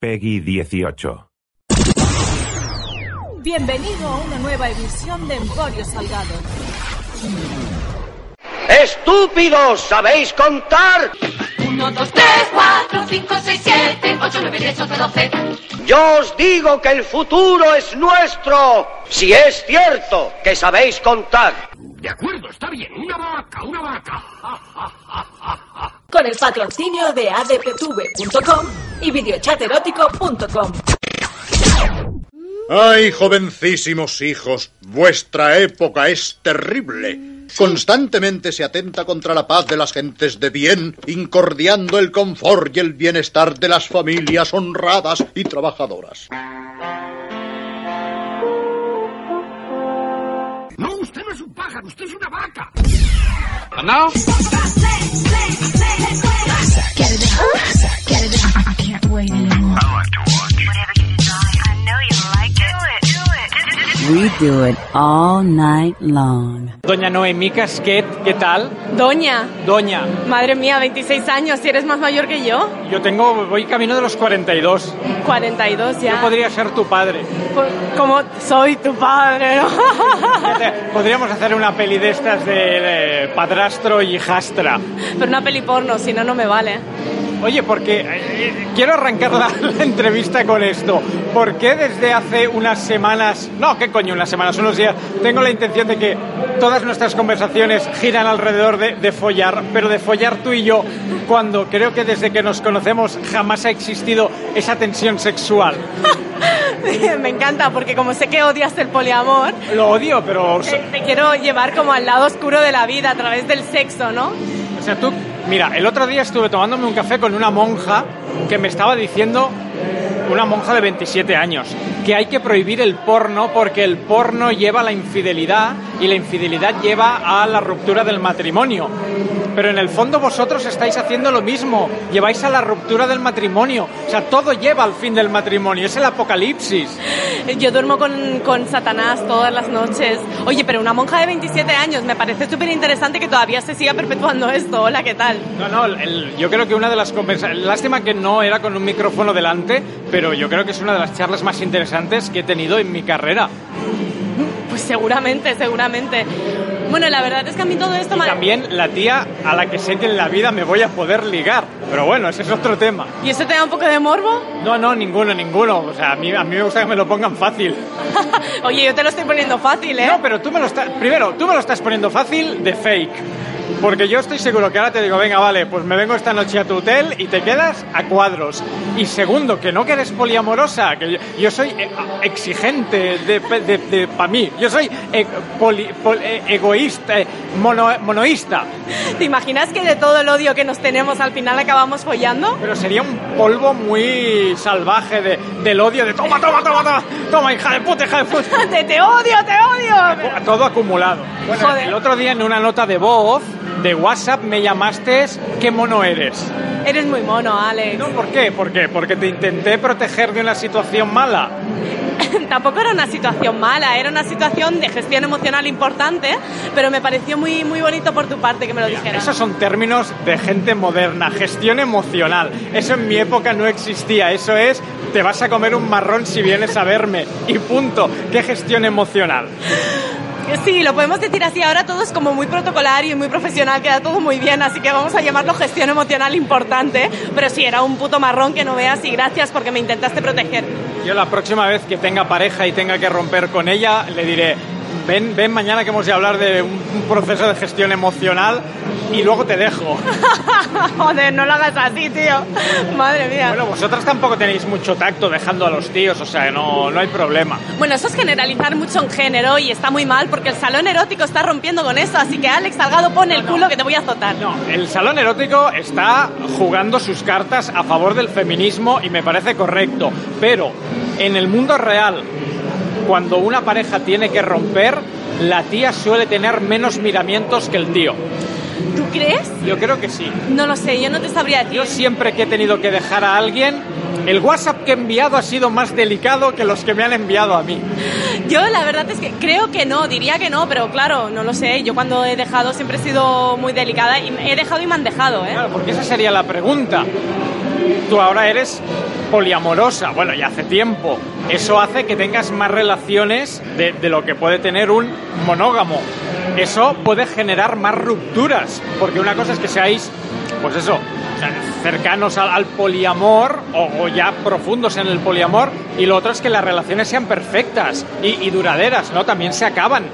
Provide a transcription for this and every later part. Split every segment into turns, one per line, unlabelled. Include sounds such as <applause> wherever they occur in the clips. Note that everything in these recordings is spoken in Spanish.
Peggy 18.
Bienvenido a una nueva edición de Emporio Salgado.
¡Estúpidos! ¿Sabéis contar?
1, 2, 3, 4, 5, 6, 7, 8, 9, 10, 11, 12.
Yo os digo que el futuro es nuestro, si es cierto que sabéis contar.
De acuerdo, está bien. Una vaca, una vaca.
Con el patrocinio de adptv.com y videochaterótico.com.
Ay, jovencísimos hijos, vuestra época es terrible. Constantemente se atenta contra la paz de las gentes de bien, incordiando el confort y el bienestar de las familias honradas y trabajadoras.
No, usted no es un pájaro, usted es una vaca.
We do it all night long.
Doña Noemí Casquet, ¿qué tal?
Doña,
Doña,
madre mía, 26 años, si eres más mayor que yo.
yo tengo, voy camino de los 42.
42 ya.
Yo podría ser tu padre.
Po- Como soy tu padre, ¿no?
Fíjate, Podríamos hacer una peli de estas de eh, padrastro y hijastra.
Pero una peli porno, si no, no me vale.
Oye, porque eh, eh, quiero arrancar la, la entrevista con esto. ¿Por qué desde hace unas semanas, no, qué coño, unas semanas, unos días, tengo la intención de que todas nuestras conversaciones giran alrededor de, de follar, pero de follar tú y yo, cuando creo que desde que nos conocemos jamás ha existido esa tensión sexual?
<laughs> me encanta, porque como sé que odias el poliamor,
Lo odio, pero... o sea,
eh, te quiero llevar como al lado oscuro de la vida a través del sexo, ¿no?
O sea, tú, mira, el otro día estuve tomándome un café con una monja que me estaba diciendo, una monja de 27 años, que hay que prohibir el porno porque el porno lleva a la infidelidad y la infidelidad lleva a la ruptura del matrimonio. Pero en el fondo vosotros estáis haciendo lo mismo, lleváis a la ruptura del matrimonio. O sea, todo lleva al fin del matrimonio, es el apocalipsis.
Yo duermo con, con Satanás todas las noches. Oye, pero una monja de 27 años, me parece súper interesante que todavía se siga perpetuando esto. Hola, ¿qué tal?
No, no, el- yo creo que una de las conversaciones. Lástima que no era con un micrófono delante, pero yo creo que es una de las charlas más interesantes que he tenido en mi carrera.
Pues seguramente, seguramente. Bueno, la verdad es que a mí todo esto
Y
me...
también la tía a la que sé que en la vida me voy a poder ligar. Pero bueno, ese es otro tema.
¿Y eso te da un poco de morbo?
No, no, ninguno, ninguno. O sea, a mí, a mí me gusta que me lo pongan fácil.
<laughs> Oye, yo te lo estoy poniendo fácil, ¿eh?
No, pero tú me lo estás. Primero, tú me lo estás poniendo fácil de fake. Porque yo estoy seguro que ahora te digo, venga, vale, pues me vengo esta noche a tu hotel y te quedas a cuadros. Y segundo, que no que eres poliamorosa, que yo, yo soy eh, exigente de, para mí. Yo soy eh, poli- pol- eh, egoísta, eh, mono- monoísta.
¿Te imaginas que de todo el odio que nos tenemos al final acabamos follando?
Pero sería un polvo muy salvaje de- del odio de toma, toma, toma, toma, toma, hija de puta, hija de puta.
<laughs> ¡Te, te odio, te odio!
Todo acumulado. Bueno,
Joder.
el otro día en una nota de voz de WhatsApp me llamaste qué mono eres.
Eres muy mono, Alex.
No, ¿por qué? ¿Por qué? Porque te intenté proteger de una situación mala.
<laughs> Tampoco era una situación mala, era una situación de gestión emocional importante, pero me pareció muy, muy bonito por tu parte que me lo dijeras.
Esos son términos de gente moderna, gestión emocional. Eso en mi época no existía. Eso es, te vas a comer un marrón si vienes a verme. Y punto. ¿Qué gestión emocional?
Sí, lo podemos decir así. Ahora todo es como muy protocolario y muy profesional, queda todo muy bien, así que vamos a llamarlo gestión emocional importante. Pero sí, era un puto marrón que no veas y gracias porque me intentaste proteger. <laughs>
Yo la próxima vez que tenga pareja y tenga que romper con ella, le diré, Ven, ven mañana que hemos de hablar de un, un proceso de gestión emocional y luego te dejo.
Joder, no lo hagas así, tío. Madre mía.
Bueno, vosotras tampoco tenéis mucho tacto dejando a los tíos, o sea, no, no hay problema.
Bueno, eso es generalizar mucho en género y está muy mal porque el salón erótico está rompiendo con eso, así que Alex Salgado pone el culo que te voy a azotar. No.
El salón erótico está jugando sus cartas a favor del feminismo y me parece correcto, pero en el mundo real, cuando una pareja tiene que romper, la tía suele tener menos miramientos que el tío.
¿Tú crees?
Yo creo que sí.
No lo sé, yo no te sabría decir.
Yo siempre que he tenido que dejar a alguien, el WhatsApp que he enviado ha sido más delicado que los que me han enviado a mí.
Yo la verdad es que creo que no, diría que no, pero claro, no lo sé. Yo cuando he dejado siempre he sido muy delicada y he dejado y me han dejado, ¿eh?
Claro, porque esa sería la pregunta. Tú ahora eres poliamorosa, bueno, ya hace tiempo. Eso hace que tengas más relaciones de, de lo que puede tener un monógamo. Eso puede generar más rupturas, porque una cosa es que seáis, pues eso, cercanos al, al poliamor o, o ya profundos en el poliamor, y lo otro es que las relaciones sean perfectas y- y duraderas, ¿no? También se acaban.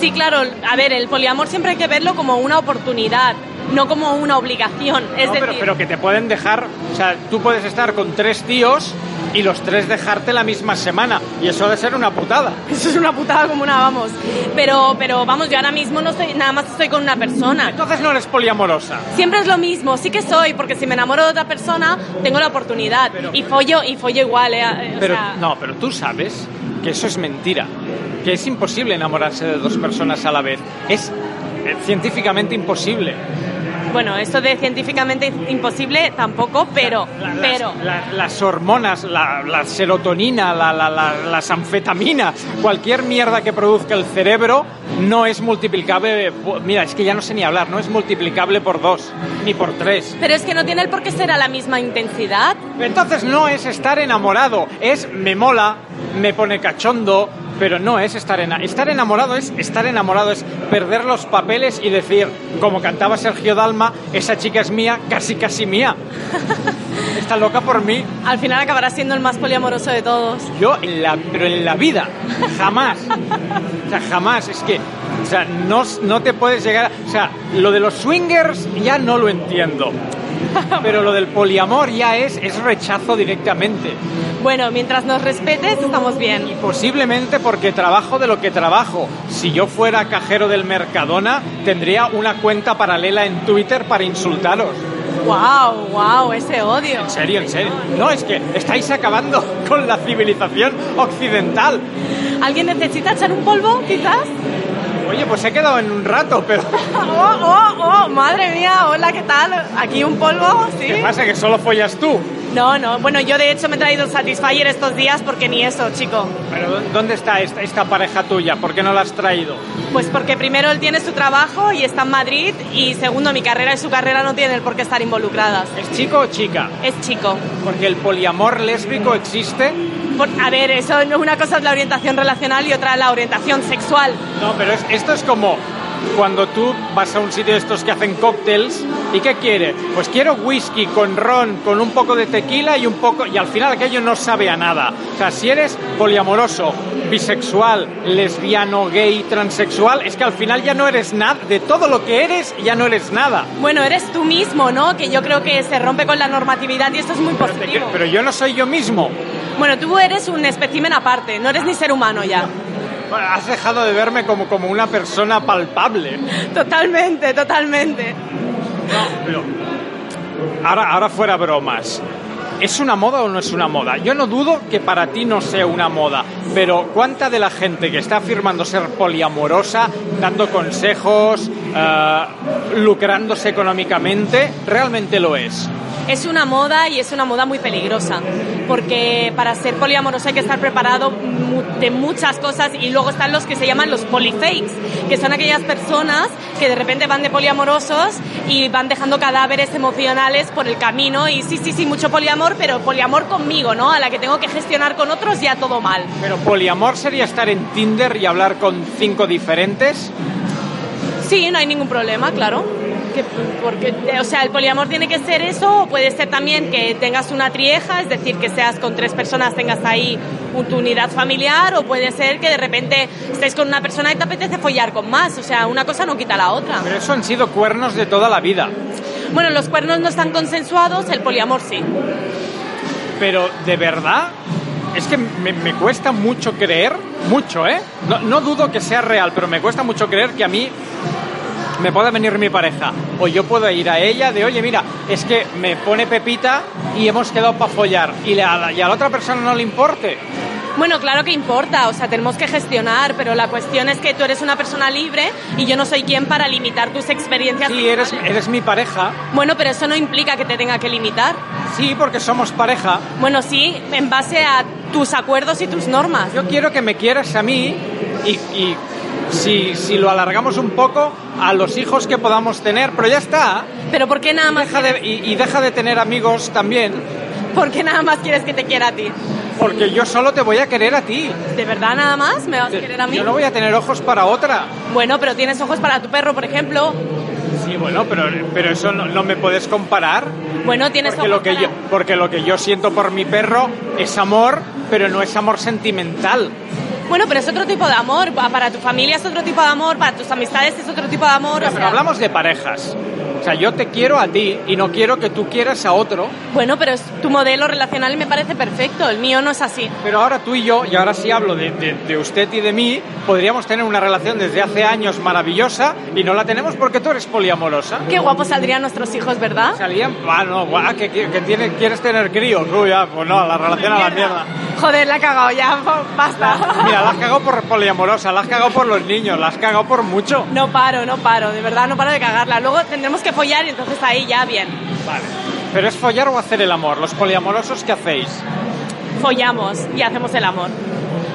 Sí, claro, a ver, el poliamor siempre hay que verlo como una oportunidad, no como una obligación. Es
No,
decir,
pero, pero que te pueden dejar, o sea, tú puedes estar con tres tíos y los tres dejarte la misma semana. Y eso ha de ser una putada.
Eso es una putada como una, vamos. Pero, pero vamos, yo ahora mismo no estoy, nada más estoy con una persona.
Entonces no eres poliamorosa.
Siempre es lo mismo, sí que soy, porque si me enamoro de otra persona, tengo la oportunidad. y follo, y follo igual, eh, eh, o
Pero,
sea,
no, pero tú sabes que eso es mentira. Que es imposible enamorarse de dos personas a la vez. Es eh, científicamente imposible.
bueno, esto de científicamente imposible tampoco, pero, pero.
La- las hormonas, la, la serotonina, la- la- la- las anfetaminas, cualquier mierda que produzca el cerebro no es multiplicable. eh, Mira, es que ya no sé ni hablar, no es multiplicable por dos ni por tres.
Pero es que no tiene el por qué ser a la misma intensidad.
Entonces no es estar enamorado, es me mola, me pone cachondo, pero no es estar enamorado. Estar enamorado es estar enamorado, es perder los papeles y decir, como cantaba Sergio Dalma, esa chica es mía, casi casi mía. Está loca por mí.
Al final acabará siendo el más poliamoroso de todos.
Yo en la, pero en la vida, jamás. O sea, jamás. Es que, o sea, no, no te puedes llegar. O sea, lo de los swingers ya no lo entiendo. Pero lo del poliamor ya es, es rechazo directamente.
Bueno, mientras nos respetes, estamos bien.
Posiblemente porque trabajo de lo que trabajo. Si yo fuera cajero del Mercadona, tendría una cuenta paralela en Twitter para insultaros.
¡Wow, wow! Ese odio.
En serio, en serio. No, es que estáis acabando <laughs> con la civilización occidental.
¿Alguien necesita echar un polvo, quizás?
Oye, pues he quedado en un rato, pero
<laughs> ¡Oh, oh, oh! ¡Madre mía! Hola, ¿qué tal? ¿Aquí un polvo? ¿Sí?
¿qué pasa? Que solo follas tú.
No, no. Bueno, yo de hecho me he traído Satisfyer estos días porque ni eso, chico.
Pero ¿dó- ¿dónde está esta, esta pareja tuya? ¿Por qué no la has traído?
Pues porque primero él tiene su trabajo y está en Madrid y segundo mi carrera y su carrera no tienen por qué estar involucradas.
¿Es chico o chica?
Es chico.
Porque el poliamor lésbico existe.
Por- a ver, eso no- una cosa es la orientación relacional y otra la orientación sexual.
No, pero es- esto es como cuando tú vas a un sitio de estos que hacen cócteles y ¿qué quiere? Pues quiero whisky con ron, con un poco de tequila y un poco... Y al final aquello no sabe a nada. O sea, si eres poliamoroso, bisexual, lesbiano, gay, transexual, es que al final ya no eres nada. De todo lo que eres, ya no eres nada.
Bueno, eres tú mismo, ¿no? Que yo creo que se rompe con la normatividad y esto es muy positivo.
Pero yo no soy yo mismo.
Bueno, tú eres un espécimen aparte, no eres ni ser humano ya.
Bueno, has dejado de verme como, como una persona palpable.
Totalmente, totalmente.
Pero ahora, ahora fuera bromas. ¿Es una moda o no es una moda? Yo no dudo que para ti no sea una moda, pero ¿cuánta de la gente que está afirmando ser poliamorosa, dando consejos, eh, lucrándose económicamente, realmente lo es?
Es una moda y es una moda muy peligrosa, porque para ser poliamoroso hay que estar preparado mu- de muchas cosas y luego están los que se llaman los polifakes, que son aquellas personas que de repente van de poliamorosos y van dejando cadáveres emocionales por el camino y sí, sí, sí, mucho poliamor, pero poliamor conmigo, ¿no? A la que tengo que gestionar con otros ya todo mal.
¿Pero poliamor sería estar en Tinder y hablar con cinco diferentes?
Sí, no hay ningún problema, claro. que- porque, eh, o sea, el poliamor tiene que ser eso, o puede ser también que tengas una trieja, es decir, que seas con tres personas, tengas ahí un- tu unidad familiar, o puede ser que de repente estés con una persona y te apetece follar con más, o sea, una cosa no quita la otra.
Pero eso han sido cuernos de toda la vida.
Bueno, los cuernos no están consensuados, el poliamor sí.
Pero de verdad, es que me, me cuesta mucho creer, mucho, ¿eh? No, no dudo que sea real, pero me cuesta mucho creer que a mí me pueda venir mi pareja. O yo puedo ir a ella de, oye, mira, es que me pone Pepita y hemos quedado para follar. Y, le- a la, y a la otra persona no le importe.
Bueno, claro que importa, o sea, tenemos que gestionar, pero la cuestión es que tú eres una persona libre y yo no soy quien para limitar tus experiencias.
Sí, eh. eres, eres mi pareja.
Bueno, pero eso no implica que te tenga que limitar.
Sí, porque somos pareja.
Bueno, sí, en base a tus acuerdos y tus normas.
Yo quiero que me quieras a mí y, y si, si lo alargamos un poco a los hijos que podamos tener, pero ya está.
Pero ¿por qué nada
más? y, y deja de tener amigos también,
<laughs> ¿Por qué nada más quieres que te quiera a ti?
porque yo solo te voy a querer a ti.
¿De verdad nada más me vas a querer a mí?
Yo no voy a tener ojos para otra.
Bueno, pero tienes ojos para tu perro, por ejemplo.
Sí, bueno, pero, pero eso no, no me puedes comparar.
Bueno, tienes
Porque
ojos
lo, que yo, porque lo que yo siento por mi perro es amor, pero no es amor sentimental.
Bueno, pero es otro tipo de amor. Pa- Para tu familia es otro tipo de amor, para tus amistades es otro tipo de amor. o
Pero
sea-
hablamos de parejas. O sea, yo te quiero a ti y no quiero que tú quieras a otro.
Bueno, pero es tu modelo relacional y me parece perfecto. El mío no es así.
Pero ahora tú y yo, y ahora sí hablo de, de- de usted y de mí, podríamos tener una relación desde hace años maravillosa y no la tenemos porque tú eres poliamorosa.
Qué guapos saldrían nuestros hijos, ¿verdad?
Salían, ah, no, guau, que, que- que tiene- quieres tener críos, uy, ya, pues no, la relación a la mierda.
Joder, la he cagado ya, <laughs> basta.
Mira, la has cagado por poliamorosa, la has cagado por los niños, la has cagado por mucho.
No paro, no paro, de verdad, no paro de cagarla. Luego tendremos que follar y entonces ahí ya bien.
Vale. Pero es follar o hacer el amor, los poliamorosos, ¿qué hacéis?
Follamos y hacemos el amor.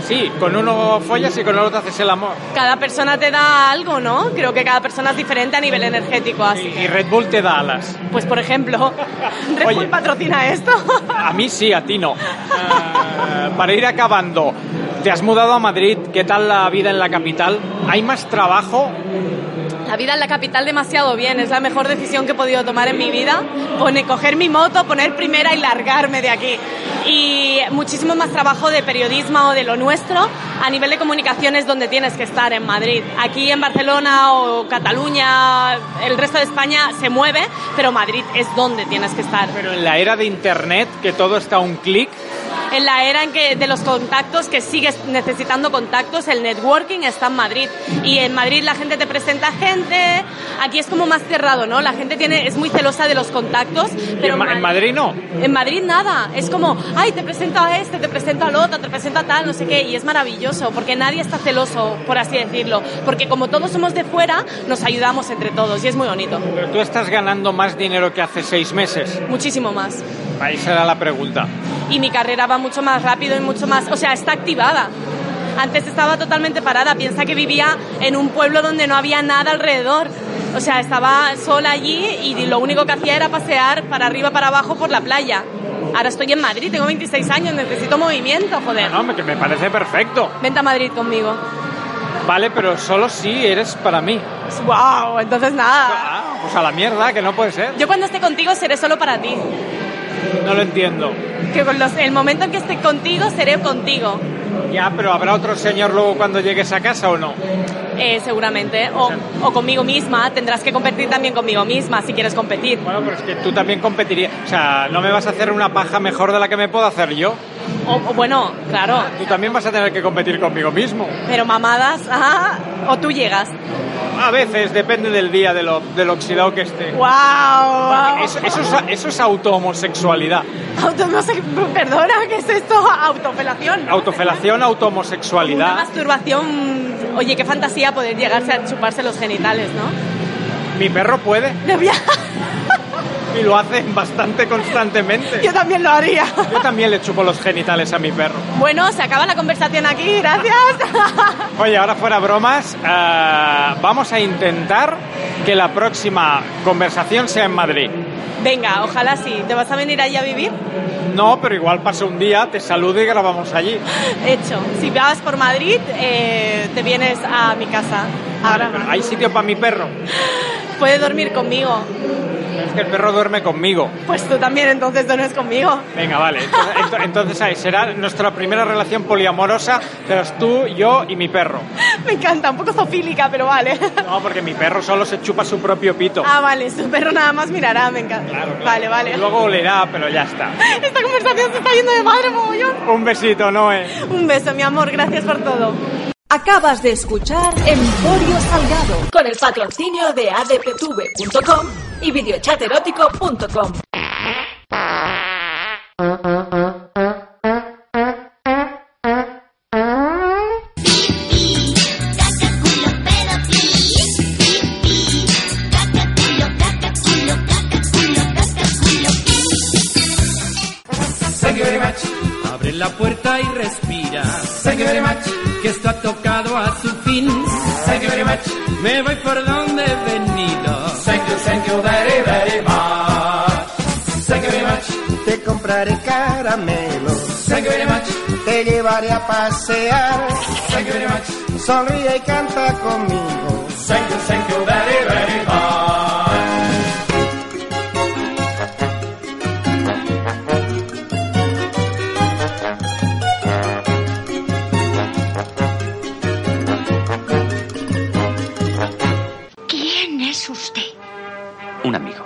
Sí, con uno follas y con el otro haces el amor.
Cada persona te da algo, ¿no? Creo que cada persona es diferente a nivel energético, así
Y
que...
Red Bull te da alas.
Pues por ejemplo, <laughs> Red Bull patrocina esto. <laughs>
A mí sí, a ti no. Eh, para ir acabando, te has mudado a Madrid, ¿qué tal la vida en la capital? ¿Hay más trabajo?
La vida en la capital demasiado bien, es la mejor decisión que he podido tomar en mi vida. Pone, coger mi moto, poner primera y largarme de aquí. Y muchísimo más trabajo de periodismo o de lo nuestro. A nivel de comunicaciones donde tienes que estar en Madrid. Aquí en Barcelona o Cataluña, el resto de España se mueve, pero Madrid es donde tienes que estar.
En la era de Internet, que todo está a un clic,
En la era en que de los contactos, que sigues necesitando contactos, el networking está en Madrid. Y en Madrid la gente te presenta gente. Aquí es como más cerrado, ¿no? La gente tiene, es muy celosa de los contactos.
y
Pero
en, Ma- en Madrid no.
en Madrid nada, es como, ay, te presento a este, te presento al otro, te presento a tal, no sé qué, y es maravilloso, porque nadie está celoso, por así decirlo, porque como todos somos de fuera, nos ayudamos entre todos y es muy bonito,
Pero tú estás ganando más dinero que hace seis meses.
muchísimo más.
Ahí será la pregunta.
y mi carrera va mucho más rápido y mucho más, o sea, está activada. Antes estaba totalmente parada, piensa que vivía en un pueblo donde no había nada alrededor. O sea, estaba sola allí y lo único que hacía era pasear para arriba, para abajo por la playa. Ahora estoy en Madrid, tengo 26 años, necesito movimiento, joder.
No, me- que me parece perfecto.
Vente a Madrid conmigo.
Vale, pero solo si eres para mí.
¡Wow! Entonces nada.
Ah, pues a la mierda, que no puede ser.
Yo cuando esté contigo seré solo para ti.
No lo entiendo.
Que con los- el momento en que esté contigo seré contigo,
Ya, pero ¿habrá otro señor luego cuando llegues a casa o no?
eh, seguramente. O, o conmigo misma, tendrás que competir también conmigo misma si quieres competir.
Bueno, pero es que tú también competirías. O sea, no me vas a hacer una paja mejor de la que me puedo hacer yo.
O, o bueno, claro,
Tú también vas a tener que competir conmigo mismo.
pero mamadas, ah, o tú llegas.
A veces depende del día, de lo, del oxidado que esté.
¡Wow!
Eso, eso es, eso es autohomosexualidad.
Auto, no sé, perdona, ¿qué es esto? Autofelación.
Autofelación, autohomosexualidad.
Masturbación. Oye, qué fantasía poder llegarse a chuparse los genitales, ¿no?
Mi perro puede
Debería-
y lo hace bastante constantemente.
Yo también lo haría.
Yo también le chupo los genitales a mi perro.
Bueno, se acaba la conversación aquí, gracias. <laughs>
Oye, ahora fuera bromas, eh, vamos a intentar que la próxima conversación sea en Madrid.
Venga, ojalá sí. ¿Te vas a venir ahí a vivir?
No, pero igual pasa un día, te saludo y grabamos allí.
Hecho. Si vas por Madrid, eh, te vienes a mi casa. Ahora.
¿Hay sitio para mi perro?
puede dormir conmigo.
Es que el perro duerme conmigo.
Pues tú también, entonces duermes conmigo. <laughs>
Venga, vale. Entonces, <laughs> ento- entonces ahí será nuestra primera relación poliamorosa, pero es tú, yo y mi perro.
Me encanta, un poco zoofílica, pero vale. <laughs>
No, porque mi perro solo se chupa su propio pito.
Ah, vale, su perro nada más mirará, me encanta. Vale, vale. <laughs>
Y luego olerá, pero ya está.
Esta conversación se está yendo de madre mogollón.
Un besito, Noé.
Un beso, mi amor, gracias por todo.
Acabas de escuchar Emporio Salgado con el patrocinio de adptv.com y videochaterótico.com.
Thank you very much. Abre la puerta y respira. Thank you very much. Que está tocado a su fin. Thank you very much. Me voy por donde he venido. Thank you, thank you very, very much. Thank you very much.
Te compraré caramelos.
Thank you very much.
Te llevaré a pasear.
Thank you very much.
Sonríe y canta conmigo.
Thank you, thank you very, very much.
¿Quién es usted?
Un amigo.